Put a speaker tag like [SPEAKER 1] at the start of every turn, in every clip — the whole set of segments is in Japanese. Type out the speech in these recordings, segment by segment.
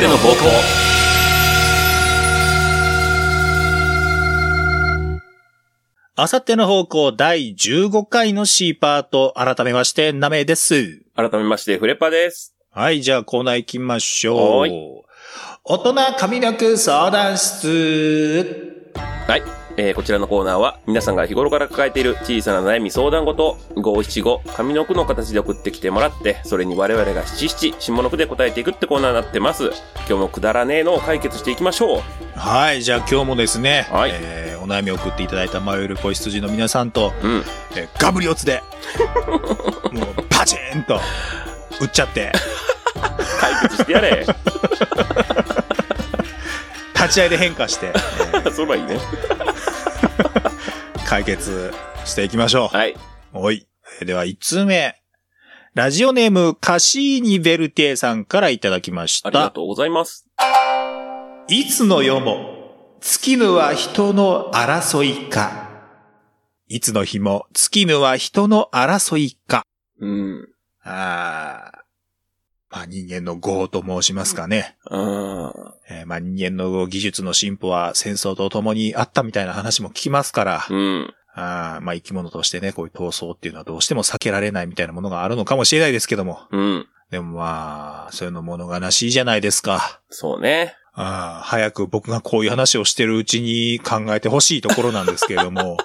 [SPEAKER 1] での暴行
[SPEAKER 2] あさっての方向第15回の C パート、改めまして、ナメです。
[SPEAKER 1] 改めまして、フレッパーです。
[SPEAKER 2] はい、じゃあコーナー行きましょ
[SPEAKER 1] はー。
[SPEAKER 2] う大人髪の毛相談室。
[SPEAKER 1] えーこちらのコーナーは、皆さんが日頃から抱えている小さな悩み相談事を、五七五、上の句の形で送ってきてもらって、それに我々が七七、下の句で答えていくってコーナーになってます。今日もくだらねえのを解決していきましょう。
[SPEAKER 2] はい、じゃあ今日もですね、
[SPEAKER 1] はい
[SPEAKER 2] えーお悩みを送っていただいた迷える子羊の皆さんと、
[SPEAKER 1] うん。
[SPEAKER 2] えーガブリオ ツで、もうパチンと、打っちゃって、
[SPEAKER 1] 解決してやれ。
[SPEAKER 2] 立ち合いで変化して、えー
[SPEAKER 1] それはいいね。
[SPEAKER 2] 解決していきましょう。
[SPEAKER 1] はい。
[SPEAKER 2] おい。えーでは、1通目。ラジオネーム、カシーニ・ベルテさんからいただきまし
[SPEAKER 1] ありが
[SPEAKER 2] た。
[SPEAKER 1] とうございます。
[SPEAKER 2] いつの世も、月ぬは人の争いか。いつの日も、月ぬは人の争いか。
[SPEAKER 1] うん。
[SPEAKER 2] あーまあ、人間の業と申しますかね。
[SPEAKER 1] あ
[SPEAKER 2] えーまあ、人間の技術の進歩は戦争と共にあったみたいな話も聞きますから
[SPEAKER 1] ー。、うん。
[SPEAKER 2] あーまあ、生き物としてね、こういう闘争っていうのはどうしても避けられないみたいなものがあるのかもしれないですけども。
[SPEAKER 1] うん。
[SPEAKER 2] でもまあ、そういうの物悲しいじゃないですか。
[SPEAKER 1] そうね。
[SPEAKER 2] ああ、早く僕がこういう話をしてるうちに考えてほしいところなんですけれど も。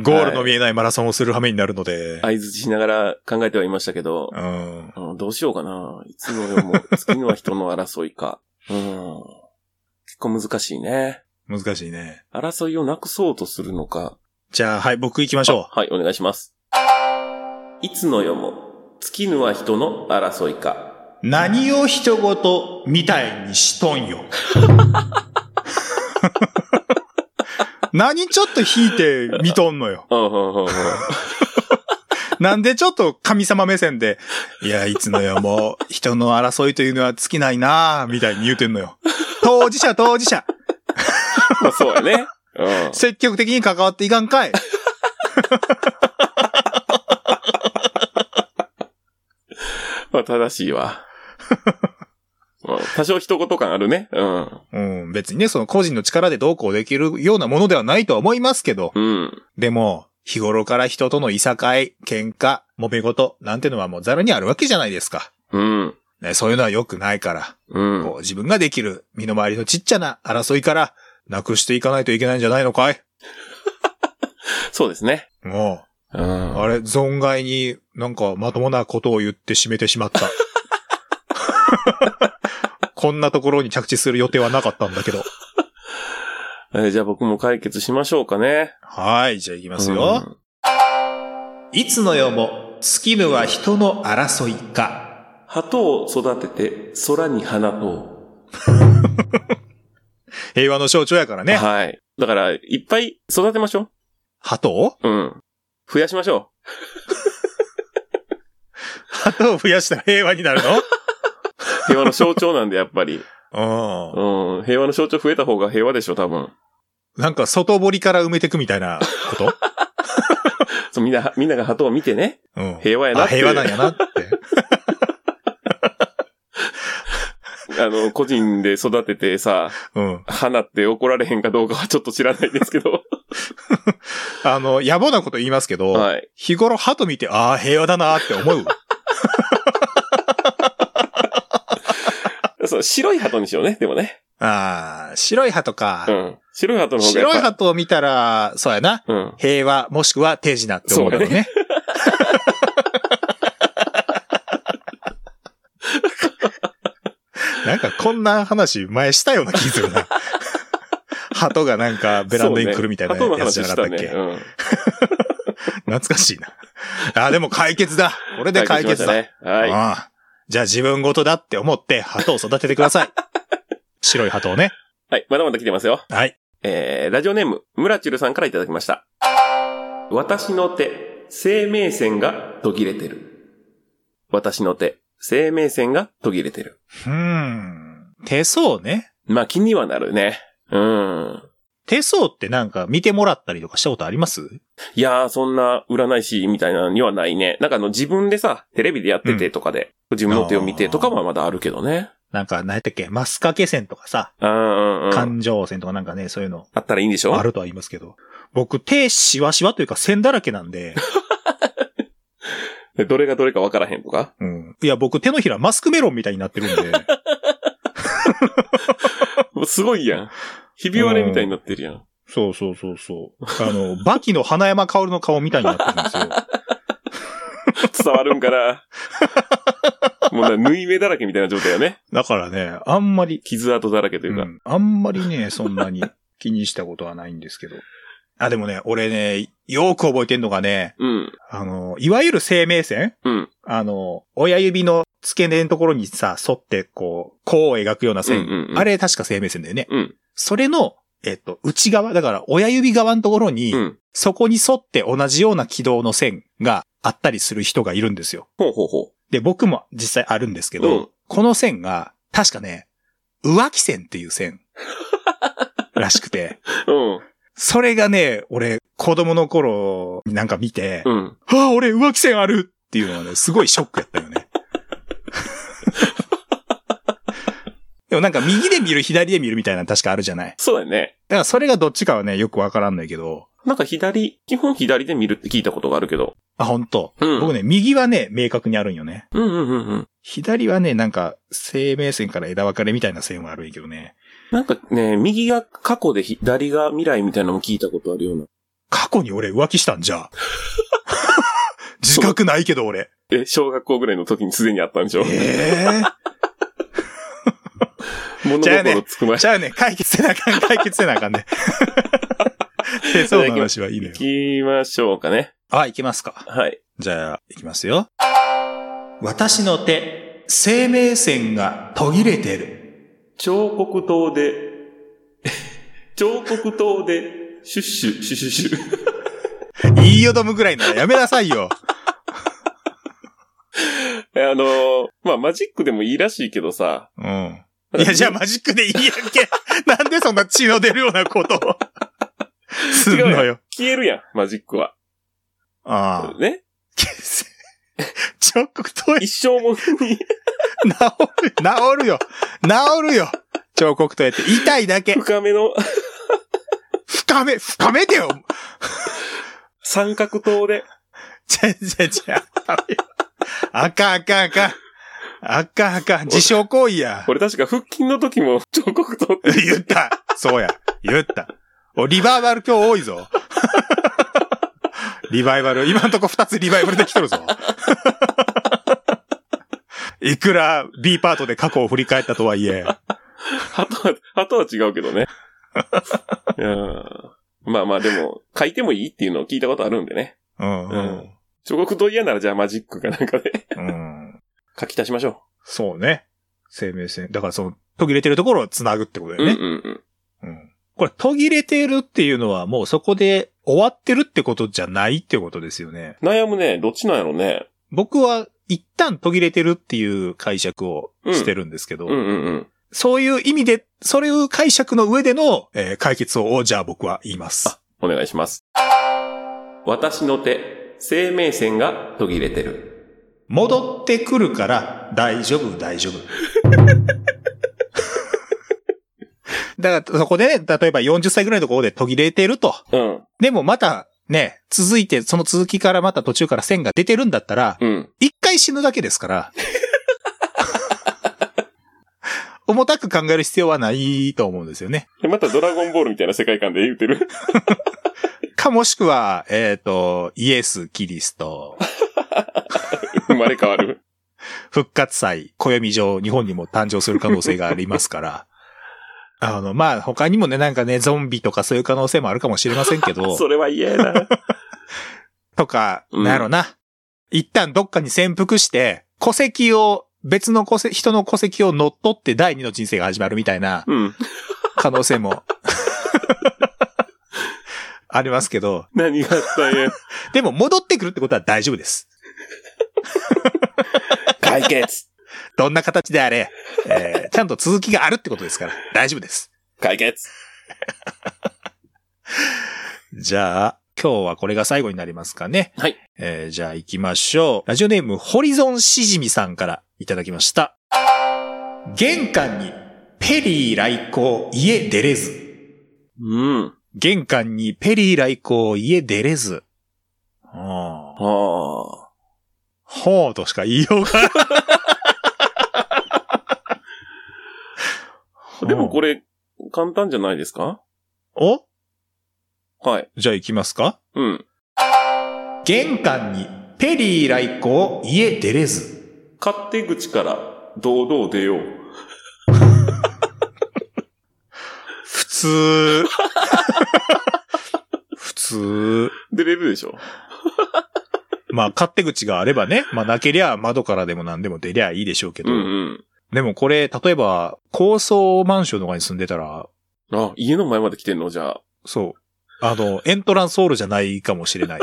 [SPEAKER 2] ゴールの見えないマラソンをする羽目になるので。
[SPEAKER 1] 相づちしながら考えてはいましたけど、
[SPEAKER 2] うん。
[SPEAKER 1] うんどうしようかな。いつの世も、月には人の争いか。うん。結構難しいね。
[SPEAKER 2] 難しいね。
[SPEAKER 1] 争いをなくそうとするのか。
[SPEAKER 2] じゃあ、はい、僕行きましょ
[SPEAKER 1] はい、お願いします。いつの世も、月には人の争いか。
[SPEAKER 2] う。何を人ごとみたいにしとんよ。 何ちょっと引いて見とんのよ。
[SPEAKER 1] うん、うん、うん、うん。
[SPEAKER 2] なんでちょっと神様目線で、いや、いつの世も人の争いというのは尽きないなぁ、みたいに言うてんのよ。当事者、当事者、
[SPEAKER 1] まあ、そうやね。うん。
[SPEAKER 2] 積極的に関わっていかんかい。
[SPEAKER 1] まあ、正しいわ。うん多少一言感あるね。うん。
[SPEAKER 2] うん、別にね、その個人の力でどうこうできるようなものではないとは思いますけど、
[SPEAKER 1] うん。
[SPEAKER 2] でも、日頃から人とのいさかい、喧嘩、揉め事、なんてのはもうザルにあるわけじゃないですか。
[SPEAKER 1] うん。
[SPEAKER 2] ね、そういうのは良くないから、
[SPEAKER 1] うん。
[SPEAKER 2] こう自分ができる身の回りのちっちゃな争いから、なくしていかないといけないんじゃないのかい
[SPEAKER 1] そうですね。
[SPEAKER 2] もう。
[SPEAKER 1] うん。
[SPEAKER 2] あれ、存外になんかまともなことを言って締めてしま った。こんなところに着地する予定はなかったんだけど。
[SPEAKER 1] えーじゃあ僕も解決しましょうかね。
[SPEAKER 2] はい、じゃあ行きます
[SPEAKER 1] う
[SPEAKER 2] よ。
[SPEAKER 1] ん
[SPEAKER 2] いつの世も、月ぬは人の争いか。
[SPEAKER 1] 鳩を育てて空に放と
[SPEAKER 2] 平和の象徴やから
[SPEAKER 1] う。
[SPEAKER 2] ね。
[SPEAKER 1] はい。だから、いっぱい育てましょ
[SPEAKER 2] 鳩を
[SPEAKER 1] う。うん。増やしましょ
[SPEAKER 2] 鳩を増やしたら平和になる
[SPEAKER 1] う。平和の象徴なんで、や っぱり。
[SPEAKER 2] の
[SPEAKER 1] う
[SPEAKER 2] う
[SPEAKER 1] ん。平和の象徴増えた方が平和でしょ、多分。
[SPEAKER 2] ん。なんか外堀から埋めてくみたいな こと
[SPEAKER 1] そう、みんな、みんなが鳩を見てね。
[SPEAKER 2] うん。
[SPEAKER 1] 平和やな
[SPEAKER 2] あ、
[SPEAKER 1] って。
[SPEAKER 2] 平和なんやなって。
[SPEAKER 1] あの、個人で育ててさ、
[SPEAKER 2] うん。
[SPEAKER 1] 放って怒られへんかどうかはちょっと知らないですけ ど。
[SPEAKER 2] あの、野暮なこと言いますけど、
[SPEAKER 1] はい。
[SPEAKER 2] 日頃鳩見て、ああ、平和だなって思う。
[SPEAKER 1] そう、白い鳩にしようね、でもね。
[SPEAKER 2] ああ、白い鳩
[SPEAKER 1] う
[SPEAKER 2] か。
[SPEAKER 1] ん。白い鳩の方がやっ
[SPEAKER 2] 白い
[SPEAKER 1] ぱ。
[SPEAKER 2] 鳩を見たら、そうやな。
[SPEAKER 1] うん。
[SPEAKER 2] 平和、もしくは手品って思うだろうね。 なんかこんな話前したような気するな。鳩がなんかベランダに来るみたいな
[SPEAKER 1] そうね
[SPEAKER 2] やつじゃなかったっけ、
[SPEAKER 1] 鳩の話したね
[SPEAKER 2] 懐かしいな。あー、でも解決だ。これ
[SPEAKER 1] うん
[SPEAKER 2] で解決だ。
[SPEAKER 1] 解しましたね。はい。
[SPEAKER 2] ああじゃあ自分ごとだって思って鳩を育ててください。白い鳩をね。
[SPEAKER 1] はい。まだまだ来てますよ。
[SPEAKER 2] はい。
[SPEAKER 1] えー、ラジオネーム、ムラチュルさんからいただきました。私の手、生命線が途切れてる。私の手、生命線が途切れてる。
[SPEAKER 2] うーん。手相ね。
[SPEAKER 1] まあ、気にはなるね。うん。
[SPEAKER 2] 手相ってなんか見てもらったりとかしたことあります
[SPEAKER 1] いやー、そんな占い師みたいなのにはないね。なんかあの自分でさ、テレビでやっててとかで、自分の手を見てとかはまだあるけどね。
[SPEAKER 2] なんか、何やったっけマスカケ線とかさ、
[SPEAKER 1] うんうんうん。
[SPEAKER 2] 感情線とかなんかね、そういうの
[SPEAKER 1] あったらいいんでしょ
[SPEAKER 2] あるとは言いますけど。僕、手しわしわというか線だらけな んで、
[SPEAKER 1] でどれがどれかわからへんとか
[SPEAKER 2] うん。いや、僕手のひらマスクメロンみたいになってるんで、
[SPEAKER 1] もうすごいやん。ひび割れみたいになってるやん。
[SPEAKER 2] そうそうそうそう。あの、バキの花山薫の顔みたいになってるんですよ。
[SPEAKER 1] 伝わるんかなもうな、縫い目だらけみたいな状態よね。
[SPEAKER 2] だからね、あんまり、
[SPEAKER 1] 傷跡だらけというか。
[SPEAKER 2] うんあんまりね、そんなに気にしたことはないんですけど。あ、でもね、俺ね、よく覚えてんのがね、
[SPEAKER 1] うん。
[SPEAKER 2] あの、いわゆる生命線
[SPEAKER 1] うん。
[SPEAKER 2] あの、親指の付け根のところにさ、沿ってこう、弧を描くような
[SPEAKER 1] うん
[SPEAKER 2] 線。
[SPEAKER 1] うんうん。
[SPEAKER 2] あれ確か生命線だよね。
[SPEAKER 1] うん。
[SPEAKER 2] それの、えっと、内側、だから親指側のところに、
[SPEAKER 1] うん。
[SPEAKER 2] そこに沿って同じような軌道の線があったりする人がいるんですよ。
[SPEAKER 1] ほうほうほ
[SPEAKER 2] で、僕も実際あるんですけど、
[SPEAKER 1] うん
[SPEAKER 2] この線が、確かね、浮気線ってい う線らしくて、
[SPEAKER 1] う。うん。
[SPEAKER 2] それがね、俺、子供の頃になんか見て、
[SPEAKER 1] うん。
[SPEAKER 2] ああ、俺浮気線あるっていうのはね、すごいショックやったよね。 でもなんか右で見る、左で見るみたいなの確かあるじゃない。
[SPEAKER 1] そうだよね。
[SPEAKER 2] だからそれがどっちかはね、よくわからんないけど、
[SPEAKER 1] なんか左、基本左で見るって聞いたことがあるけど。
[SPEAKER 2] あ、本当、
[SPEAKER 1] うん
[SPEAKER 2] 僕ね、右はね、明確にあるんよね。
[SPEAKER 1] うんうんうんうん。
[SPEAKER 2] 左はね、なんか、生命線から枝分かれみたいな線はあるんやけどね。
[SPEAKER 1] なんかね、右が過去で左が未来みたいなのも聞いたことあるような。
[SPEAKER 2] 過去に俺浮気したんじゃ。自覚ないけど俺。
[SPEAKER 1] え、小学校ぐらいの時にすでにあったんでしょ
[SPEAKER 2] え
[SPEAKER 1] 物
[SPEAKER 2] じゃあね
[SPEAKER 1] 心つくま
[SPEAKER 2] え
[SPEAKER 1] え
[SPEAKER 2] じゃあね、解決せなあかん、解決せなあかんね。手相の話はいいのよ
[SPEAKER 1] 行。きましょうかね。
[SPEAKER 2] あ、いきますか。
[SPEAKER 1] はい。
[SPEAKER 2] じゃあ、いきますよ。私の手、生命線が途切れてる。
[SPEAKER 1] 彫刻刀で、彫刻刀で、シュッシュ、シュッシュッシュ。
[SPEAKER 2] 言いよどむぐらいならやめなさい よ。
[SPEAKER 1] えあのーまあ、マジックでもいいらしいけどさ。
[SPEAKER 2] うん。いや、じゃあマジックでいいやんけ。 なんでそんな血の出るようなことをすんの
[SPEAKER 1] 違う
[SPEAKER 2] よ。
[SPEAKER 1] 消えるやん、マジックは。
[SPEAKER 2] ああ。
[SPEAKER 1] ね
[SPEAKER 2] 彫刻刀や
[SPEAKER 1] 一生ものに
[SPEAKER 2] 治る、治るよ。治るよ。彫刻刀やって。痛いだけ。
[SPEAKER 1] 深めの
[SPEAKER 2] 深め、深めてよ。
[SPEAKER 1] 三角刀で、
[SPEAKER 2] ちゃちゃちゃ。あかんあかんあかん。あかんあかん。自傷行為や。
[SPEAKER 1] 俺確か腹筋の時も彫刻刀って
[SPEAKER 2] 言った。そうや。言った。お、リバイバル今日多いぞ。 リバイバル。今んとこ二つリバイバルできとるぞ。 いくら B パートで過去を振り返ったとはいえ。
[SPEAKER 1] 鳩は、鳩は違うけどね。いやーまあまあでも、書いてもいいっていうのを聞いたことあるんでね。
[SPEAKER 2] うん、うん。
[SPEAKER 1] 彫刻刀嫌ならじゃあマジックかなんかで
[SPEAKER 2] うん。
[SPEAKER 1] 書き足しましょ
[SPEAKER 2] そうね。生命線。だからその、途切れてるところを繋ぐってことだ
[SPEAKER 1] う。
[SPEAKER 2] よね。
[SPEAKER 1] うんうんうん。
[SPEAKER 2] うんこれ途切れてるっていうのはもうそこで終わってるってことじゃないってことですよね。
[SPEAKER 1] 悩むね、どっちなんやろうね。
[SPEAKER 2] 僕は一旦途切れてるっていう解釈をしてるんですけど、
[SPEAKER 1] うんうんうん。
[SPEAKER 2] そういう意味で、そういう解釈の上での、えー解決をじゃあ僕は言います。
[SPEAKER 1] お願いします。私の手、生命線が途切れてる。
[SPEAKER 2] 戻ってくるから大丈夫大丈夫。 だからそこでね、例えば40歳ぐらいのところで途切れてると。
[SPEAKER 1] うん。
[SPEAKER 2] でもまたね、続いて、その続きからまた途中から線が出てるんだったら、
[SPEAKER 1] うん。
[SPEAKER 2] 一回死ぬだけですから。 重たく考える必要はないと思うんですよね。
[SPEAKER 1] でまたドラゴンボールみたいな世界観で言って る。
[SPEAKER 2] かもしくは、えっ、と、イエス・キリスト、
[SPEAKER 1] 生まれ変わる。
[SPEAKER 2] 復活祭、暦上、日本にも誕生する可能性がありますから。 あの、まあ、他にもね、なんかね、ゾンビとかそういう可能性もあるかもしれませんけど、
[SPEAKER 1] それは嫌やな。
[SPEAKER 2] とか、
[SPEAKER 1] うん
[SPEAKER 2] なんやろな。一旦どっかに潜伏して、戸籍を、別の戸籍、人の戸籍を乗っ取って第二の人生が始まるみたいな、
[SPEAKER 1] うん。
[SPEAKER 2] 可能性も ありますけど、
[SPEAKER 1] 何があったんや。
[SPEAKER 2] でも戻ってくるってことは大丈夫です。
[SPEAKER 1] 解決
[SPEAKER 2] どんな形であれ、えーちゃんと続きがあるってことですから、大丈夫です。
[SPEAKER 1] 解決
[SPEAKER 2] じゃあ、今日はこれが最後になりますかね。
[SPEAKER 1] はい。
[SPEAKER 2] えーじゃあ行きましょう。ラジオネーム、ホリゾンしじみさんからいただきました。玄関に、ペリー来航、家出れず。
[SPEAKER 1] うん。は
[SPEAKER 2] 玄関に、ペリー来航、家出れず。ああ。
[SPEAKER 1] あ。
[SPEAKER 2] ほうとしか言いようがない。
[SPEAKER 1] でもこ
[SPEAKER 2] れ、
[SPEAKER 1] れ、簡単じゃないですか
[SPEAKER 2] お
[SPEAKER 1] はい。
[SPEAKER 2] じゃあ行きますか
[SPEAKER 1] うん。
[SPEAKER 2] 玄関に、ペリー来航、家出れず。
[SPEAKER 1] 勝手口から堂々出よう。
[SPEAKER 2] 普通。 普通。
[SPEAKER 1] 出れるでしょ
[SPEAKER 2] まあ、勝手口があればね。まあ、なけりゃ窓からでも何でも出りゃいいでしょうけ
[SPEAKER 1] う
[SPEAKER 2] ど。
[SPEAKER 1] んうん。
[SPEAKER 2] でもこれ、例えば、高層マンションとかに住んでたら、
[SPEAKER 1] あ、家の前まで来てんのじゃあ。
[SPEAKER 2] そう。あの、エントランスホールじゃないかもしれない。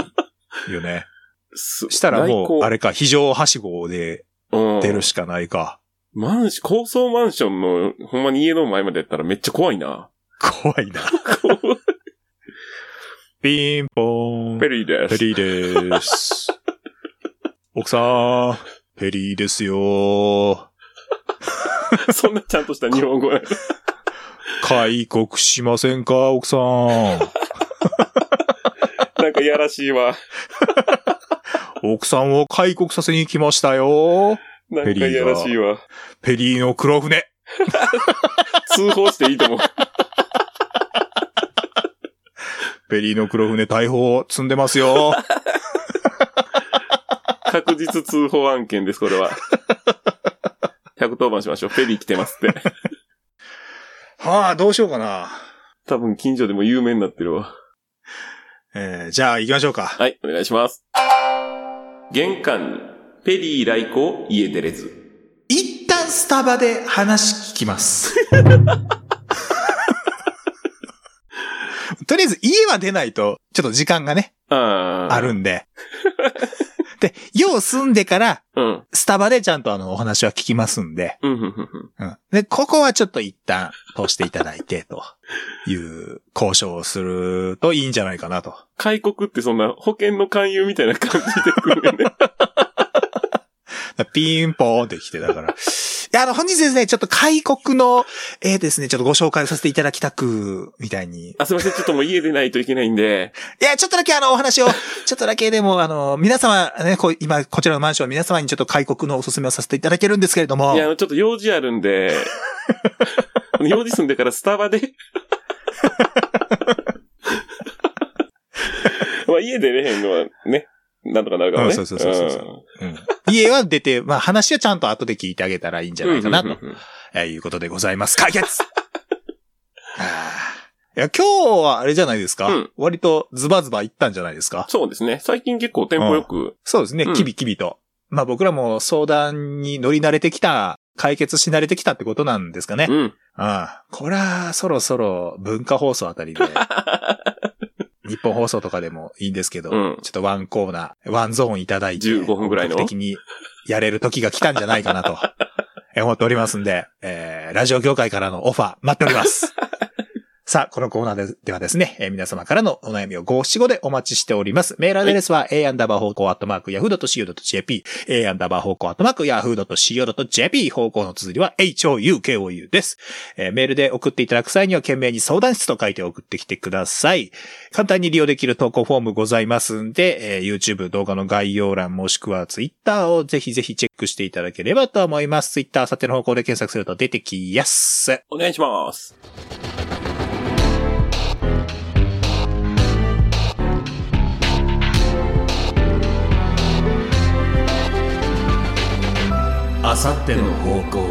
[SPEAKER 2] よ ね。
[SPEAKER 1] す
[SPEAKER 2] したらもう、あ
[SPEAKER 1] れ、
[SPEAKER 2] れか、非常はしごで
[SPEAKER 1] うん
[SPEAKER 2] 出るしかないか。
[SPEAKER 1] マンション、高層マンションの、ほんまに家の前までやったらめっちゃ怖いな。
[SPEAKER 2] 怖いな。ピンポーン。
[SPEAKER 1] ペリーで
[SPEAKER 2] ペ
[SPEAKER 1] す。
[SPEAKER 2] リーです。奥さん、ペリーですよ。
[SPEAKER 1] そんなちゃんとした日本語や
[SPEAKER 2] 開国しませんか、奥さん。
[SPEAKER 1] なんかやらしいわ。
[SPEAKER 2] 奥さんを開国させに来ましたよ。
[SPEAKER 1] なんかやらしいわ。
[SPEAKER 2] ペリーの黒船。
[SPEAKER 1] 通報していいと思う。
[SPEAKER 2] ペリーの黒船大砲を積んでますよ。
[SPEAKER 1] 確実通報案件です、これは。110番しましょう。ペリー来てますって。
[SPEAKER 2] はあ、どうしようかな。
[SPEAKER 1] 多分近所でも有名になってるわ。
[SPEAKER 2] えーじゃあ行きましょうか。
[SPEAKER 1] はい、お願いします。玄関に、ペリー来航、家出れず。
[SPEAKER 2] 一旦スタバで話聞きます。 とりあえず家は出ないと、ちょっと時間がね、
[SPEAKER 1] ああ。
[SPEAKER 2] ある。んで。 で、よう住んでから、
[SPEAKER 1] うん。
[SPEAKER 2] スタバでちゃんとあの、お話は聞きますんで。
[SPEAKER 1] うん、うん、うん。
[SPEAKER 2] うん。で、ここはちょっと一旦通していただいて、という交渉をするといいんじゃないかなと。
[SPEAKER 1] 開国ってそんな保険の勧誘みたいな感じで来るよね。
[SPEAKER 2] ピンポーンって来てたから。い や、あの、本日ですね、ちょっと開国の、えーですね、ちょっとご紹介をさせていただきたく、みたいに。い
[SPEAKER 1] あ、すいません、ちょっともう家出ないといけないんで。
[SPEAKER 2] や、ちょっとだけあの、お話を、 ちょっとだけでも、あの、皆様、ね、こう、今、こちらのマンション、皆様にちょっと開国のおすすめをさせていただけるんですけれども
[SPEAKER 1] い、や、あの、ちょっと用事あるんで。 用事済んでからスタバで。 まあ、家出れへんのはね、なんとかなるからね。
[SPEAKER 2] うんそうそうそうそうそ
[SPEAKER 1] ん
[SPEAKER 2] うん家は出て、まあ、話はちゃんと後で聞いてあげたらいいんじゃないかな、と
[SPEAKER 1] うんうんうん
[SPEAKER 2] えーいうことでございます。解決あーいや、今日はあれじゃないですか、
[SPEAKER 1] うん
[SPEAKER 2] 割とズバズバいったんじゃないですか
[SPEAKER 1] そうですね。最近結構テンポよく。
[SPEAKER 2] そうですね
[SPEAKER 1] うん、
[SPEAKER 2] キビキビと。まあ僕らも相談に乗り慣れてきた、解決し慣れてきたってことなんですかね。
[SPEAKER 1] うん。
[SPEAKER 2] ああこれはそろそろ文化放送あ たりで、日本放送とかでもいいんですけど、
[SPEAKER 1] うん
[SPEAKER 2] ちょっとワンコーナー、ワンゾーンいただいて、
[SPEAKER 1] 15分ぐらいの
[SPEAKER 2] 本格的にやれる時が来たんじゃないか なとえ思っておりますんで、えーラジオ業界からのオファー待っております。 さあ、このコーナーでではですね、えー皆様からのお悩みを5、7、5でお待ちしております。メールアドレスは、a アンダーバー方向アットマーク、ヤフー .co.jp、a アンダーバー方向アットマーク、ヤフー .co.jp、方向の綴りは、houkou です。えーメールで送っていただく際には、懸命に相談室と書いて送ってきてください。簡単に利用できる投稿フォームございますんで、えー YouTube 動画の概要欄もしくは Twitter をぜひぜひチェックしていただければと思います。Twitter さての方向で検索すると出てきやす。
[SPEAKER 1] お願いします。
[SPEAKER 2] あさっての方向。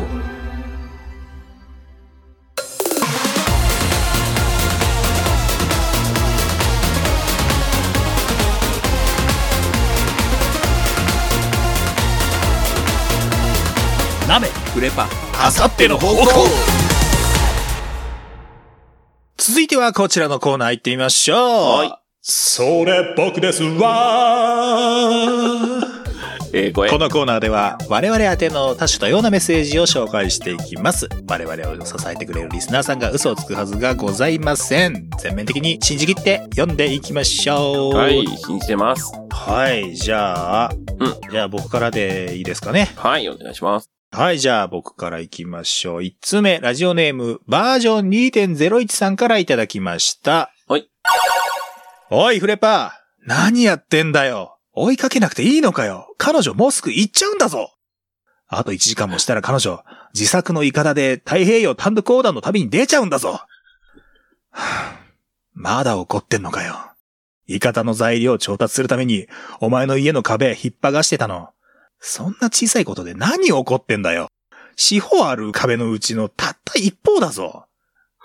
[SPEAKER 2] なめ
[SPEAKER 1] フレパ。
[SPEAKER 2] あさっての方向続いてはこちらのコーナー行ってみましょう。
[SPEAKER 1] はい
[SPEAKER 2] それ僕ですわ
[SPEAKER 1] えー、ご縁
[SPEAKER 2] このコーナーでは我々宛ての多種多様なメッセージを紹介していきます。我々を支えてくれるリスナーさんが嘘をつくはずがございません。全面的に信じ切って読んでいきましょう。
[SPEAKER 1] はい、。信じてます。
[SPEAKER 2] はい、じゃあ、
[SPEAKER 1] う
[SPEAKER 2] じゃあ僕からでいいですかね。
[SPEAKER 1] はい、お願いします。
[SPEAKER 2] はい、じゃあ僕から行きましょう。1つ目、ラジオネーム、バージョン2.01さんからいただきました。
[SPEAKER 1] はい。
[SPEAKER 2] おい、フレパー何やってんだよ追いかけなくていいのかよ彼女モスク行っちゃうんだぞあと1時間もしたら彼女、自作のイカダで太平洋単独横断の旅に出ちゃうんだぞ はぁまだ怒ってんのかよ。イカダの材料を調達するために、お前の家の壁引っ張がしてたの。そんな小さいことで何怒ってんだよ。四方ある壁のうちのたった一方だぞ。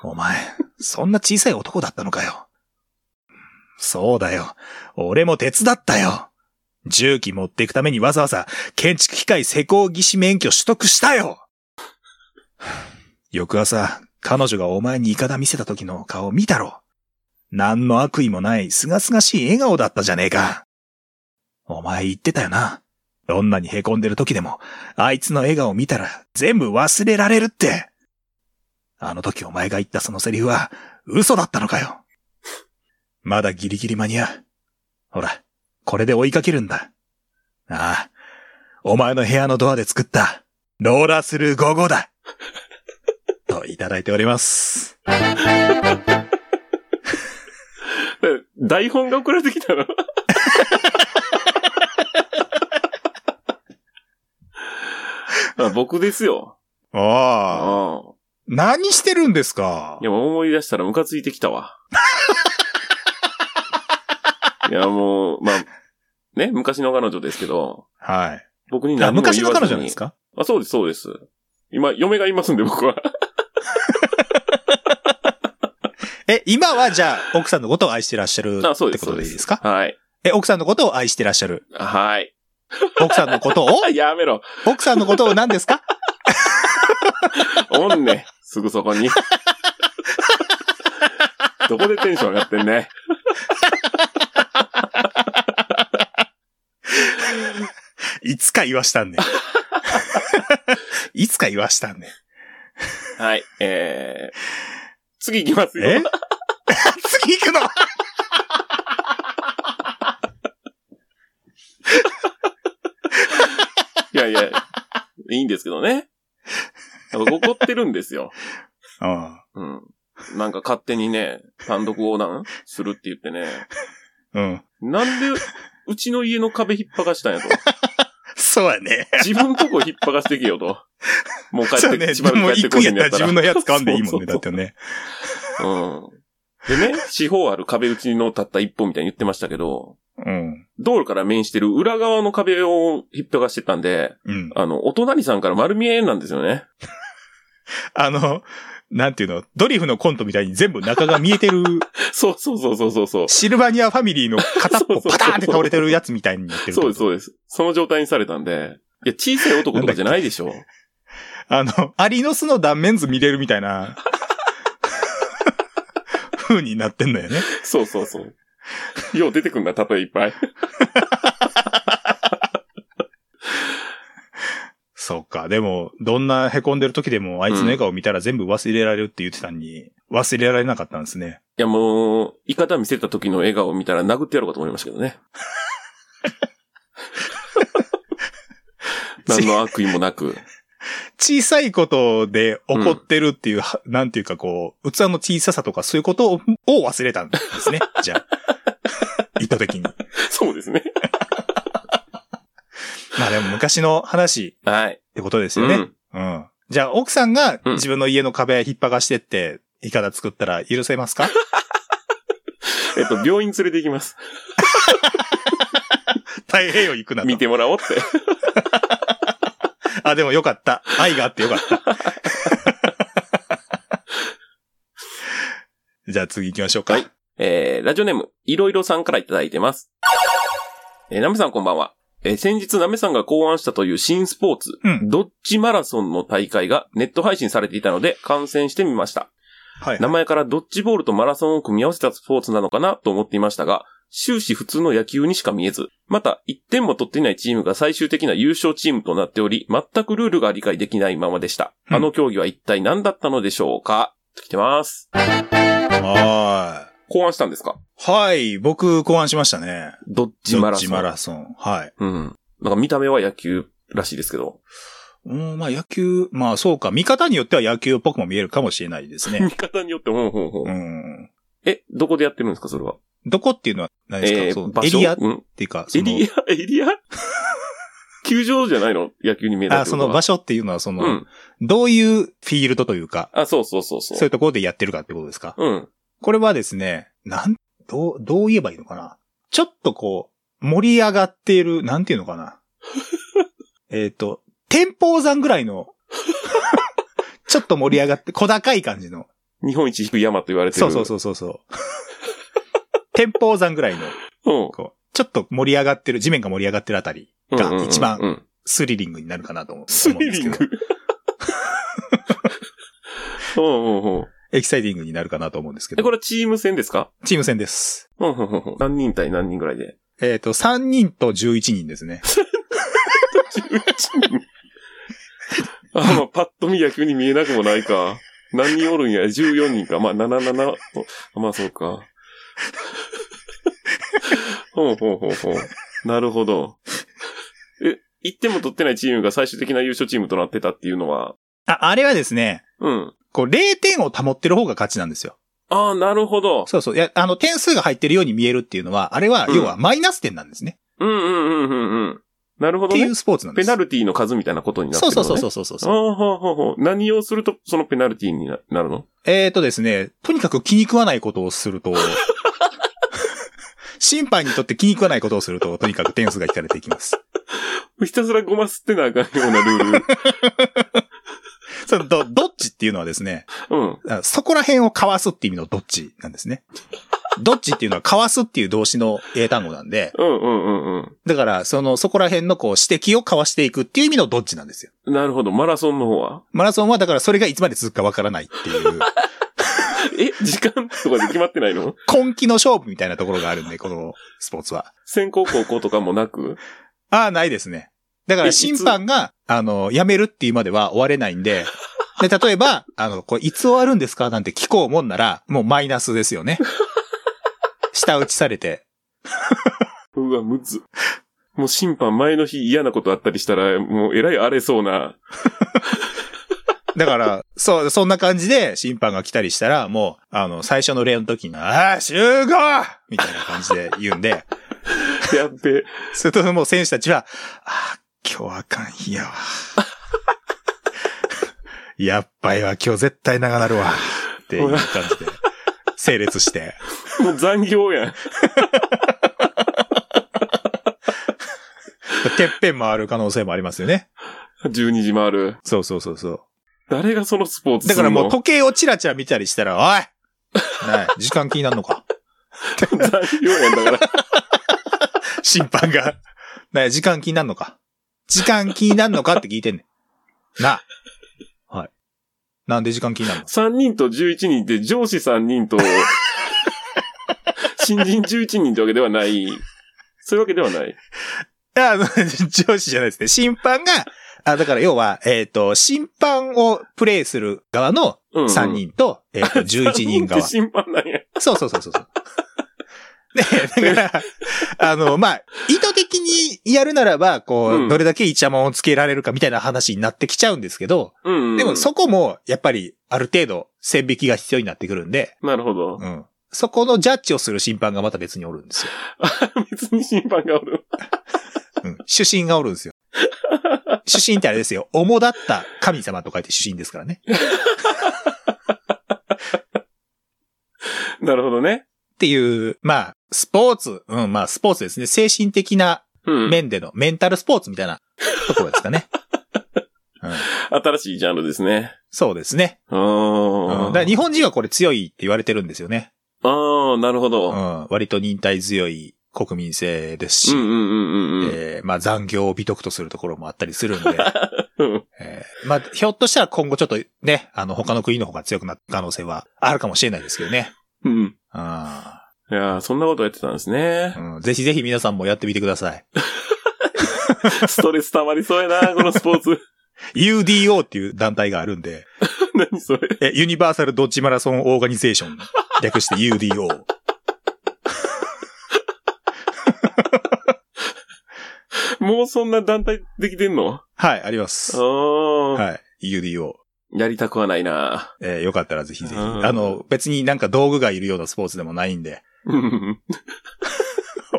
[SPEAKER 2] お前、そんな小さい男だったのかよ。そうだよ。俺も手伝ったよ。重機持っていくためにわざわざ建築機械施工技師免許取得したよ。翌朝、彼女がお前にイカダ見せた時の顔を見たろ。何の悪意もない清々しい笑顔だったじゃねえか。お前言ってたよな。どんなに凹んでる時でも、あいつの笑顔を見たら全部忘れられるって。あの時お前が言ったそのセリフは嘘だったのかよ。まだギリギリ間に合う。ほら、これで追いかけるんだ。ああ、お前の部屋のドアで作った、ローラースルー55だ。といただいております。
[SPEAKER 1] 台本が送られてきた のあ僕ですよ。
[SPEAKER 2] ああ、
[SPEAKER 1] ああ。
[SPEAKER 2] 何してるんですか
[SPEAKER 1] いや、思い出したらムカついてきた わ。いや、もう、まあ、ね、昔の彼女ですけど、
[SPEAKER 2] はい。
[SPEAKER 1] 僕に
[SPEAKER 2] あ
[SPEAKER 1] 何も言わず
[SPEAKER 2] 昔
[SPEAKER 1] に。
[SPEAKER 2] の彼女なんです
[SPEAKER 1] か
[SPEAKER 2] か
[SPEAKER 1] あ、そうです、そうです。今、嫁がいますんで、僕は。
[SPEAKER 2] え、今はじゃあ、奥さんのことを愛してらっしゃる
[SPEAKER 1] あ、そう
[SPEAKER 2] っ
[SPEAKER 1] で
[SPEAKER 2] て
[SPEAKER 1] す、
[SPEAKER 2] こ
[SPEAKER 1] そう
[SPEAKER 2] とで
[SPEAKER 1] で
[SPEAKER 2] い
[SPEAKER 1] す。
[SPEAKER 2] いですか
[SPEAKER 1] はい。
[SPEAKER 2] え、奥さんのことを愛してらっしゃる。
[SPEAKER 1] はい。
[SPEAKER 2] 奥さんの ことを
[SPEAKER 1] あやめろ。
[SPEAKER 2] 奥さんのことを何ですか
[SPEAKER 1] おんね。すぐそこ に。どこでテンション上がってんね。
[SPEAKER 2] いつか言わしたんね。 いつか言わしたんね。
[SPEAKER 1] はい。えー、次行きます
[SPEAKER 2] え
[SPEAKER 1] よ。
[SPEAKER 2] 次行くの
[SPEAKER 1] いやいや、いいんですけどね。僕怒ってるんですよ。
[SPEAKER 2] うん。
[SPEAKER 1] うん。なんか勝手にね、単独横断するって言ってね。
[SPEAKER 2] うん。
[SPEAKER 1] なんで、うちの家の壁引っ張がしたんやと。
[SPEAKER 2] そうやね。
[SPEAKER 1] 自分とこ引っ張がしてけよと。もう帰
[SPEAKER 2] そう
[SPEAKER 1] っ
[SPEAKER 2] やね。
[SPEAKER 1] て、しばら
[SPEAKER 2] もう
[SPEAKER 1] く帰っ
[SPEAKER 2] 行
[SPEAKER 1] てこ
[SPEAKER 2] くん
[SPEAKER 1] い
[SPEAKER 2] や
[SPEAKER 1] んや
[SPEAKER 2] ったら
[SPEAKER 1] った
[SPEAKER 2] 自
[SPEAKER 1] ら。
[SPEAKER 2] 分のやつ買うんでいいもんね。だ
[SPEAKER 1] そうそうそう
[SPEAKER 2] ってね。
[SPEAKER 1] うん。でね、四方ある壁打ちのたった一本みたいに言ってましたけど、
[SPEAKER 2] うん。
[SPEAKER 1] 道路から面してる裏側の壁を引っ張がしてたんで、
[SPEAKER 2] うん。
[SPEAKER 1] あの、お隣さんから丸見えなんですよね。
[SPEAKER 2] あの、なんていうの、ドリフのコントみたいに全部中が見えてる、
[SPEAKER 1] そうそうそうそうそうそう。
[SPEAKER 2] シルバニアファミリーの片っぽパターンって倒れてるやつみたいになってる。
[SPEAKER 1] そうです、そうです。その状態にされたんで、いや、小さい男とかじゃないでしょ。
[SPEAKER 2] あの、アリの巣の断面図見れるみたい な、風になってんのよね。
[SPEAKER 1] そうそうそう。よう出てくんな、例えいっぱい。
[SPEAKER 2] そうか。でも、どんな凹んでる時でも、あいつの笑顔見たら全部忘れられるって言ってたのに、忘れられなかったんですね。
[SPEAKER 1] いや、もう、言い方見せた時の笑顔を見たら殴ってやろうかと思いましたけ どね。何の悪意もなく。
[SPEAKER 2] 小さいことで怒ってるっていう、はなんていうかこう、器の小ささとかそういうことをを忘れたんです ね。じゃあ。意図的に。
[SPEAKER 1] そうですね。
[SPEAKER 2] まあでも昔の話
[SPEAKER 1] はい。
[SPEAKER 2] ってことです
[SPEAKER 1] う
[SPEAKER 2] よね。
[SPEAKER 1] ん。
[SPEAKER 2] うん。じゃあ、奥さんが
[SPEAKER 1] うん
[SPEAKER 2] 自分の家の壁引っ張がしてって、イカダ作ったら許せますか
[SPEAKER 1] えっと、病院連れて行きます。
[SPEAKER 2] 太平洋行くなと。
[SPEAKER 1] 見てもらおう って。
[SPEAKER 2] あ、でもよかった。愛があってよかった。 じゃあ次行きましょうか。
[SPEAKER 1] はいえー、ラジオネーム、いろいろさんからいただいてます。えー、ナメさんこんばんは。えー、先日ナメさんが考案したという新スポーツ、
[SPEAKER 2] うん
[SPEAKER 1] ドッジマラソンの大会がネット配信されていたので観戦してみました。
[SPEAKER 2] はい。
[SPEAKER 1] 名前からドッジボールとマラソンを組み合わせたスポーツなのかなと思っていましたが、終始普通の野球にしか見えず、また1点も取っていないチームが最終的な優勝チームとなっており、全くルールが理解できないままでした。
[SPEAKER 2] うん
[SPEAKER 1] あの競技は一体何だったのでしょうか来てます。
[SPEAKER 2] は
[SPEAKER 1] 考案したんですか
[SPEAKER 2] い。はい、僕考案しましたね。
[SPEAKER 1] どっちマラソン。
[SPEAKER 2] ジマラソン。はい。
[SPEAKER 1] うん。なんか見た目は野球らしいですけど。
[SPEAKER 2] うん、まあ野球、まあそうか。見方によっては野球っぽくも見えるかもしれないですね
[SPEAKER 1] 見。方によって、ほんほんほ。
[SPEAKER 2] うんん。
[SPEAKER 1] え、どこでやってるんですかそれは。
[SPEAKER 2] どこっていうのは何ですか、
[SPEAKER 1] え
[SPEAKER 2] そ
[SPEAKER 1] ー、
[SPEAKER 2] う
[SPEAKER 1] 場
[SPEAKER 2] エ
[SPEAKER 1] 所
[SPEAKER 2] リアっ
[SPEAKER 1] うん。
[SPEAKER 2] ていうか、そ
[SPEAKER 1] エ
[SPEAKER 2] の
[SPEAKER 1] リア、エリア 球場じゃないの野球に見えた
[SPEAKER 2] あ、その場
[SPEAKER 1] 所
[SPEAKER 2] 所っていうのはその、
[SPEAKER 1] うん。
[SPEAKER 2] どういうフィールドというか、
[SPEAKER 1] あ、そうそうそうそう。
[SPEAKER 2] そういうところでやってるかってことですか
[SPEAKER 1] うん。
[SPEAKER 2] これはですね、なん、どう、どう言えばいいのかなちょっとこう、盛り上がっている、なんていうの かなえっと、天保山ぐらい の、ちょっと盛り上がって、小高い感じの。
[SPEAKER 1] 日本一低い山と言われてる。
[SPEAKER 2] そうそうそうそうそう。天保山ぐらいの、
[SPEAKER 1] う
[SPEAKER 2] こう、ちょっと盛り上がってる、地面が盛り上がってるあたり、
[SPEAKER 1] ん。
[SPEAKER 2] が
[SPEAKER 1] うんうんうん
[SPEAKER 2] 一番
[SPEAKER 1] うん
[SPEAKER 2] スリリングになるかなと思う。
[SPEAKER 1] ス
[SPEAKER 2] 思うん
[SPEAKER 1] リ
[SPEAKER 2] です
[SPEAKER 1] リ
[SPEAKER 2] け
[SPEAKER 1] ン
[SPEAKER 2] ど
[SPEAKER 1] グ。うんうんうん。
[SPEAKER 2] エキサイティングになるかなと思うんですけ
[SPEAKER 1] え、
[SPEAKER 2] ど。
[SPEAKER 1] これはチーム戦ですか
[SPEAKER 2] チーム戦です。
[SPEAKER 1] うんうんうんうん。何人対何人ぐらいで。
[SPEAKER 2] えっ、と、3人と11人ですね。
[SPEAKER 1] あ、まあ、パッと見野球に見えなくもないか。何人おるんや、14人か。まあ、7、7、おまあ、そうか。ほうほうほうほう。なるほど。え、1点も取ってないチームが最終的な優勝チームとなってたっていうのは、
[SPEAKER 2] あ、あれはですね、
[SPEAKER 1] うん。
[SPEAKER 2] こう、0点を保ってる方が勝ちなんですよ。
[SPEAKER 1] ああ、なるほど。
[SPEAKER 2] そうそう。いや、あの、点数が入ってるように見えるっていうのは、あれは、
[SPEAKER 1] うん
[SPEAKER 2] 要はマイナス点なんですね。
[SPEAKER 1] うんうんうんうんうん。なるほど
[SPEAKER 2] ってい
[SPEAKER 1] ね
[SPEAKER 2] う。スポーツなんで
[SPEAKER 1] ペ
[SPEAKER 2] す。
[SPEAKER 1] ナルティの数みたいなことになって
[SPEAKER 2] そ
[SPEAKER 1] る
[SPEAKER 2] う
[SPEAKER 1] の、ね。
[SPEAKER 2] そうそ
[SPEAKER 1] う。
[SPEAKER 2] うそうそうそう。
[SPEAKER 1] ああ、ほうほうほう。何をすると、そのペナルティにななるの
[SPEAKER 2] えーとですね、とにかく気に食わないことをすると、 審判にとって気に食わないことをすると、とにかく点数が引かれていきます。
[SPEAKER 1] ひたすらごま吸ってなあかんようなルール。
[SPEAKER 2] そのど、どっちっていうのはですね、
[SPEAKER 1] うん。
[SPEAKER 2] あそこら辺をかわすっていう意味のどっちなんですね。どっちっていうのはかわすっていう動詞の英単語なんで、
[SPEAKER 1] うんうんうん
[SPEAKER 2] だから、その、そこら辺のこう、指摘をかわしていくっていう意味のどっちなんですよ。
[SPEAKER 1] うん。なるほど。マラソンの方は
[SPEAKER 2] マラソンはだからそれがいつまで続くかわからないっ ていう、
[SPEAKER 1] え、時間とかで決まってないの
[SPEAKER 2] 根気の勝負みたいなところがあるんで、このスポーツは。
[SPEAKER 1] 先行高校とかもなく
[SPEAKER 2] ああ、ないですね。だから
[SPEAKER 1] えいつ
[SPEAKER 2] 審判が、あの、やめるっていうまでは終われない んで、で、例えば、あの、これいつ終わるんですかなんて聞こうもんなら、もうマイナスです よね。下打ちされて。
[SPEAKER 1] うわ、むず。もう審判前の日嫌なことあったりしたら、もうえらい荒れそうな。
[SPEAKER 2] だから、そう、そんな感じで審判が来たりしたら、もう、あの、最初の例の時に、ああ、集合みたいな感じで言うんで、
[SPEAKER 1] やっべ。
[SPEAKER 2] するともう選手たちは、ああ、今日はあかん日やわ。 やっばいわ、今日絶対長なるわ。っていう感じで、整列して。
[SPEAKER 1] もう残業やん。
[SPEAKER 2] てっぺん回る可能性もありますよね。
[SPEAKER 1] 12時回る。
[SPEAKER 2] そうそうそうそう。
[SPEAKER 1] 誰がそのスポーツ
[SPEAKER 2] だ
[SPEAKER 1] す
[SPEAKER 2] か
[SPEAKER 1] る
[SPEAKER 2] ら
[SPEAKER 1] の
[SPEAKER 2] もう時計をチラチラ見たりしたら、おいない、時間気になるのか。
[SPEAKER 1] 残業やんだから。
[SPEAKER 2] 審判が。ない、時間気になるのか。時間気になるのかって聞いてんねん。なあ。はい。なんで時間気になるの
[SPEAKER 1] 3人と11人って上司3人と、新人11人ってわけではない。そういうわけではない。
[SPEAKER 2] いや、あの、 上司じゃないですね。審判が、あ、だから要は、えっ、と、審判をプレイする側の
[SPEAKER 1] うん、うん。
[SPEAKER 2] 3。人と、えっ、 と、11人側
[SPEAKER 1] って。審判なんや。
[SPEAKER 2] そうそうそうそうそう。で、だから、あの、まあ、意図的にやるならば、こう、
[SPEAKER 1] うん
[SPEAKER 2] どれだけイチャモンをつけられるかみたいな話になってきちゃうんですけど、
[SPEAKER 1] うん、うん。
[SPEAKER 2] でもそこも、やっぱり、ある程度、線引きが必要になってくるんで、
[SPEAKER 1] なるほど。
[SPEAKER 2] うん。そこのジャッジをする審判がまた別におるんですよ。
[SPEAKER 1] 別に審判がおる。
[SPEAKER 2] うん。主審がおるんで すよ。主審ってあれですよ。主だった神様と書いて主審ですからね。っ
[SPEAKER 1] なるほどね。
[SPEAKER 2] ていう、まあ、スポーツ、うん、まあ、スポーツですね。精神的な
[SPEAKER 1] うん。
[SPEAKER 2] 面での、メンタルスポーツみたいなところです かね。うん、
[SPEAKER 1] 新しいジャンルですね。
[SPEAKER 2] そうですね。
[SPEAKER 1] う
[SPEAKER 2] うん、
[SPEAKER 1] ー
[SPEAKER 2] だ
[SPEAKER 1] ん。
[SPEAKER 2] から日本人はこれ強いって言われてるんですよね。
[SPEAKER 1] ああ、なるほ
[SPEAKER 2] う
[SPEAKER 1] ど。
[SPEAKER 2] ん、割と忍耐強い国民性です
[SPEAKER 1] う
[SPEAKER 2] し、
[SPEAKER 1] んうんうんうん
[SPEAKER 2] えーまあ残業を美徳とするところもあったりす るんで、
[SPEAKER 1] うん。
[SPEAKER 2] えーまあひょっとしたら今後ちょっとね、あの他の国の方が強くなった可能性はあるかもしれないですけどね。
[SPEAKER 1] うん。
[SPEAKER 2] あ
[SPEAKER 1] いやーそんなことやってたんですね。
[SPEAKER 2] うん、ぜひぜひ皆さんもやってみてください。
[SPEAKER 1] ストレス溜まりそうやな、 このスポーツ。
[SPEAKER 2] UDO っていう団体があるんで、
[SPEAKER 1] 何それ。
[SPEAKER 2] え、ユニバーサルドッジマラソンオーガニゼーション。略して UDO。
[SPEAKER 1] もうそんな団体できてんの
[SPEAKER 2] はい、あります。
[SPEAKER 1] ああ、
[SPEAKER 2] はい、UDO。
[SPEAKER 1] やりたくはないな。
[SPEAKER 2] えーよかったらぜひぜひ。
[SPEAKER 1] うん
[SPEAKER 2] あの、別になんか道具がいるようなスポーツでもないんで、
[SPEAKER 1] うん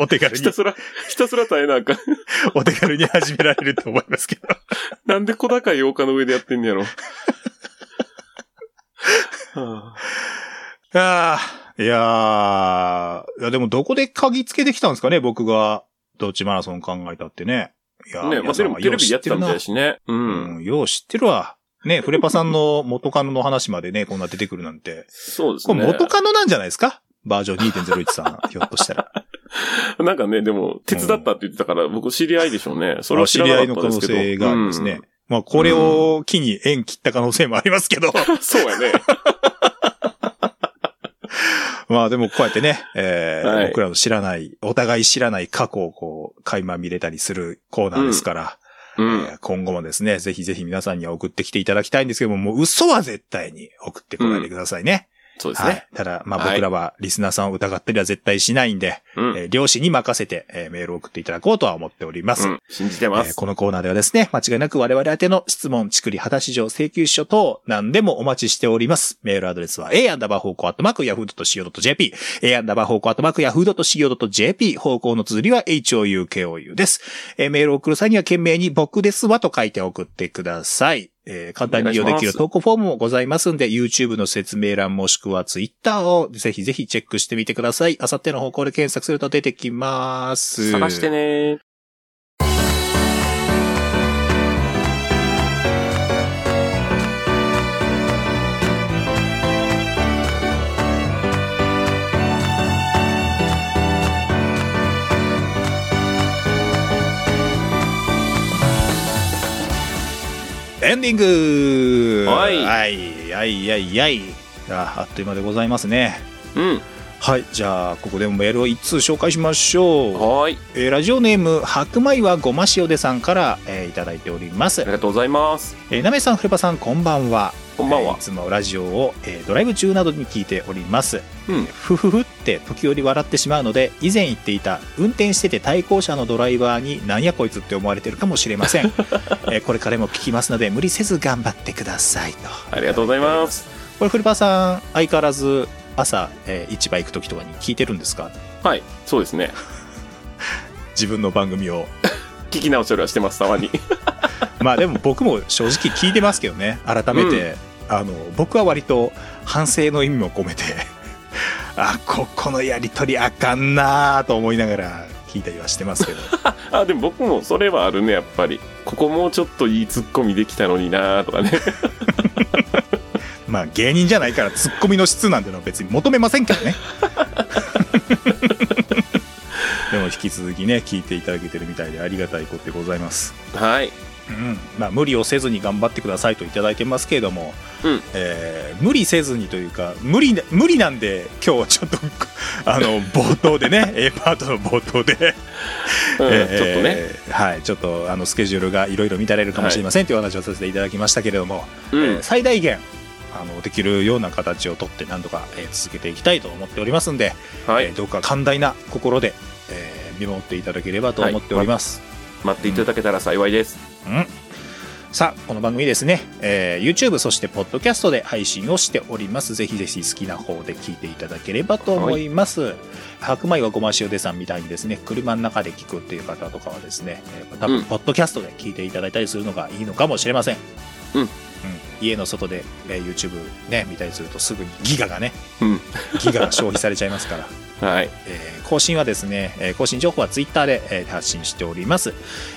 [SPEAKER 2] お手軽
[SPEAKER 1] ひ
[SPEAKER 2] に
[SPEAKER 1] た、す ら、ひたすら耐えなあかん。
[SPEAKER 2] お手軽に始められると思いますけど。
[SPEAKER 1] なんで小高い8日の上でやってんねやろ。はあ
[SPEAKER 2] ああ、いやー、いやでもどこで鍵つけてきたんですかね、僕が、ドッジマラソン考えたってね。いやー
[SPEAKER 1] ねまあ、テ
[SPEAKER 2] 皆さ
[SPEAKER 1] レ
[SPEAKER 2] ん
[SPEAKER 1] ビ
[SPEAKER 2] は
[SPEAKER 1] テ
[SPEAKER 2] よ
[SPEAKER 1] レビ
[SPEAKER 2] う知
[SPEAKER 1] や
[SPEAKER 2] っ
[SPEAKER 1] って
[SPEAKER 2] て
[SPEAKER 1] た
[SPEAKER 2] る
[SPEAKER 1] みたい
[SPEAKER 2] な
[SPEAKER 1] だ。しね。う。
[SPEAKER 2] うんん、よう知ってるわ。ね、フレパさんの元カノの話までね、こんな出てくるなんて。
[SPEAKER 1] そうです
[SPEAKER 2] こ
[SPEAKER 1] ね。
[SPEAKER 2] れ元カノなんじゃないですかバージョン2.01さん、 ひょっとしたら。
[SPEAKER 1] なんかね、でも、手伝ったって言ってたから、僕知り合いでしょうね。それは知ら
[SPEAKER 2] 知り合
[SPEAKER 1] ないか
[SPEAKER 2] の
[SPEAKER 1] った
[SPEAKER 2] 可
[SPEAKER 1] で
[SPEAKER 2] 能
[SPEAKER 1] すけど。
[SPEAKER 2] 性がありますね。まあ、これを機に縁切った可能性もあります けど。
[SPEAKER 1] うん。そうやね。
[SPEAKER 2] まあでもこうやってね、えー
[SPEAKER 1] はい
[SPEAKER 2] 僕らの知らない、お互い知らない過去をこう、垣間見れたりするコーナーですから、
[SPEAKER 1] う
[SPEAKER 2] え
[SPEAKER 1] ん。
[SPEAKER 2] ー今後もですね、ぜひぜひ皆さんには送ってきていただきたいんですけども、もう嘘は絶対に送ってこないでくださいね。
[SPEAKER 1] そうです
[SPEAKER 2] は
[SPEAKER 1] ね。
[SPEAKER 2] い。ただ、まあ
[SPEAKER 1] はい
[SPEAKER 2] 僕らはリスナーさんを疑ったりは絶対しないんで、
[SPEAKER 1] うん
[SPEAKER 2] えー両親に任せて、えーメールを送っていただこうとは思っております。
[SPEAKER 1] うん。信じて
[SPEAKER 2] え
[SPEAKER 1] ま
[SPEAKER 2] ー
[SPEAKER 1] す。
[SPEAKER 2] このコーナーではですね、間違いなく我々宛ての質問、ちくり、果たし状、請求書等、何でもお待ちしております。メールアドレスは a アンダーバー方向アットマーク yahoo.co.jp、a アンダーバー方向アットマーク yahoo.co.jp、方向の綴りは houkou です。えーメールを送る際には懸命に僕ですわと書いて送ってください。えー簡単に利用できる投稿フォームもございますんで、YouTube の説明欄もしくは Twitter をぜひぜひチェックしてみてください。あさっての方向で検索すると出てきます。
[SPEAKER 1] 探してね。
[SPEAKER 2] エンディング
[SPEAKER 1] はい
[SPEAKER 2] はい、はい、はい、はい。ああっという間でございますね。
[SPEAKER 1] うん。
[SPEAKER 2] はい、じゃあ、ここでもメールを一通紹介しましょう。
[SPEAKER 1] はーい。
[SPEAKER 2] えーラジオネーム、白米はごま塩でさんから、えーいただいております
[SPEAKER 1] あり。がとうございます。
[SPEAKER 2] えー、なめさん、フレパさん、こんばんは。
[SPEAKER 1] こんばん
[SPEAKER 2] えー。
[SPEAKER 1] はい
[SPEAKER 2] つもラジオを、えードライブ中などに聞いております。
[SPEAKER 1] うん
[SPEAKER 2] ふふふって時折笑ってしまうので、以前言っていた、運転してて対向車のドライバーに、なんやこいつって思われてるかもしれ ません。えーこれからも聞きますので、無理せず頑張ってくださいと。
[SPEAKER 1] ありがとうございます。
[SPEAKER 2] これ、フリパーさん、相変わらず、朝、えー市場行く時とかに聞いてるんですか
[SPEAKER 1] はい。そうですね。
[SPEAKER 2] 自分の番組を。
[SPEAKER 1] 聞き直したりはしてます、たまに。
[SPEAKER 2] まあでも僕も正直聞いてますけどね改めて、あの僕は割と反省の意味も込めてあここのやり取りあかんなーと思いながら聞いたりはしてますけど
[SPEAKER 1] あ、でも僕もそれはあるね、やっぱり。ここもうちょっといいツッコミできたのになーとかね。
[SPEAKER 2] まあ芸人じゃないからツッコミの質なんてのは別に求めませんからねでも引き続きね聞いていただけてるみたいでありがたいことでございます
[SPEAKER 1] はい。
[SPEAKER 2] うんまあ、無理をせずに頑張ってくださいといただいてますけれども、
[SPEAKER 1] うん
[SPEAKER 2] えー無理せずにというか無理な無理なんで今日はちょっと あの冒頭 でね A パートの冒頭で、
[SPEAKER 1] うん、
[SPEAKER 2] え
[SPEAKER 1] ちょっとね。
[SPEAKER 2] ーはい、ちょっとあのスケジュールがいろいろ乱れるかもしれませんというお話をさせていただきましたけれども、
[SPEAKER 1] う
[SPEAKER 2] え
[SPEAKER 1] ん
[SPEAKER 2] ー。最大限あのできるような形をとってなんとか、えー続けていきたいと思っておりますんで、
[SPEAKER 1] はい
[SPEAKER 2] えー。どうか寛大な心で、えー見守っていただければと思っております。
[SPEAKER 1] 待っていただけたら幸いです。
[SPEAKER 2] うん、さあこの番組ですね、えー YouTube そして Podcast で配信をしておりますぜひぜひ好きな方で聞いていただければと思います、白米はごま塩でさんみたいにですね車の中で聞くっていう方とかはですね、えー多
[SPEAKER 1] うん
[SPEAKER 2] 分 Podcast で聞いていただいたりするのがいいのかもしれません
[SPEAKER 1] うん
[SPEAKER 2] 家の外で、えー YouTube ね見たりするとすぐにギガがね
[SPEAKER 1] うん。
[SPEAKER 2] ギガが消費されちゃいますから
[SPEAKER 1] はい。
[SPEAKER 2] えー更新はですね、えー更新情報はツイッターで、えー発信しております、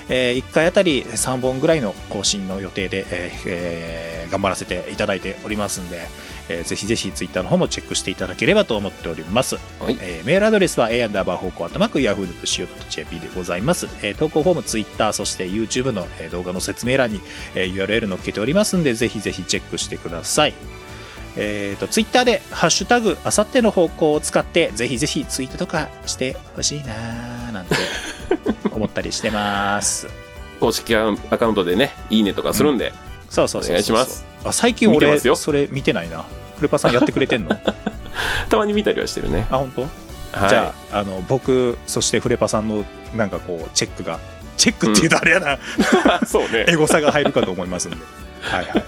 [SPEAKER 2] え1回あたり3本ぐらいの更新の予定で、えーえー頑張らせていただいておりますんで、えーぜひぜひツイッターの方もチェックしていただければと思っております、
[SPEAKER 1] はい
[SPEAKER 2] えーメールアドレスは a アンダーバー方向アットマーク yahoo.co.jp でございます、えー投稿フォームツイッターそして YouTube の、えー動画の説明欄に、えー URL 載っけておりますんでぜひぜひチェックしてくださいえっ、と、ツイッターで、ハッシュタグ、あさっての方向を使って、ぜひぜひツイートとかしてほしいなーなん て思ったりしてます。
[SPEAKER 1] 公式アカウントでね、いいねとかするんで、
[SPEAKER 2] そうそうそうそう
[SPEAKER 1] お願いします。
[SPEAKER 2] あ、最近
[SPEAKER 1] 見てま
[SPEAKER 2] 俺、
[SPEAKER 1] すよ
[SPEAKER 2] それ見てないな。フルパさんやってくれ てんのあ、
[SPEAKER 1] たまに見たりはしてるね。
[SPEAKER 2] 本当？
[SPEAKER 1] はい。
[SPEAKER 2] じゃあ、あの、僕、そしてフレパさんの、なんかこう、チェックが、チェックっていうとあれやな、
[SPEAKER 1] あ、そうね。
[SPEAKER 2] エゴサが入るかと思いますんで。はいはい。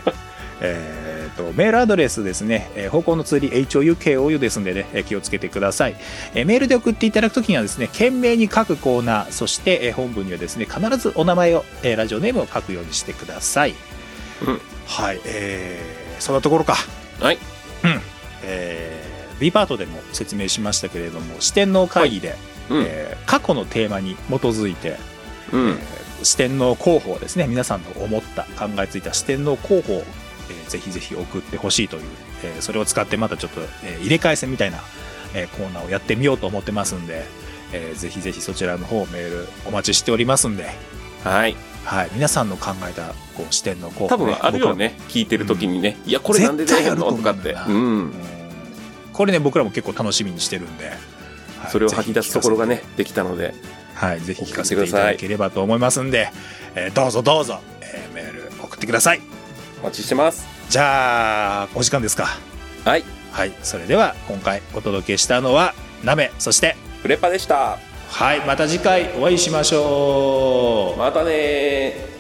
[SPEAKER 2] えーとメールアドレスですね、えー方向の通り HOUKOU ですんでね、えー気をつけてください、えーメールで送っていただくときにはですね、懸命に書くコーナー、そして、えー本文にはですね、必ずお名前を、えーラジオネームを書くようにしてください。
[SPEAKER 1] うん
[SPEAKER 2] はい、えー、そんなところか。
[SPEAKER 1] はい。
[SPEAKER 2] うん。えー B パートでも説明しましたけれども、四天王会議で、
[SPEAKER 1] うん。
[SPEAKER 2] えー過去のテーマに基づいて、
[SPEAKER 1] うん。
[SPEAKER 2] 四天王候補をですね皆さんの思った考えついた四天王候補を、えーぜひぜひ送ってほしいという、えーそれを使ってまたちょっと、えー入れ替え戦みたいな、えーコーナーをやってみようと思ってますんで、えーぜひぜひそちらの方メールお待ちしておりますんで、
[SPEAKER 1] はい。
[SPEAKER 2] はい、皆さんの考えたこう四天王候補、
[SPEAKER 1] 多分あるよね。聞いてる時にね。いや、これなんで出へんのと
[SPEAKER 2] 絶
[SPEAKER 1] か
[SPEAKER 2] 対あ
[SPEAKER 1] って。うん。
[SPEAKER 2] ると思僕らもうんこれね僕らも結構楽しみにしてるんで、はい
[SPEAKER 1] それを吐き出すところが
[SPEAKER 2] ぜ
[SPEAKER 1] ね、できたので。
[SPEAKER 2] ひ聞かせてはい、ぜひ聞かせていただければと思いますんで、えーどうぞどうぞ、えーメール送ってください
[SPEAKER 1] お待ちしてます。
[SPEAKER 2] じゃあお時間ですか
[SPEAKER 1] はい。
[SPEAKER 2] はいそれでは今回お届けしたのはナメそして
[SPEAKER 1] フレパでした。
[SPEAKER 2] はいまた次回お会いしましょう
[SPEAKER 1] またねー。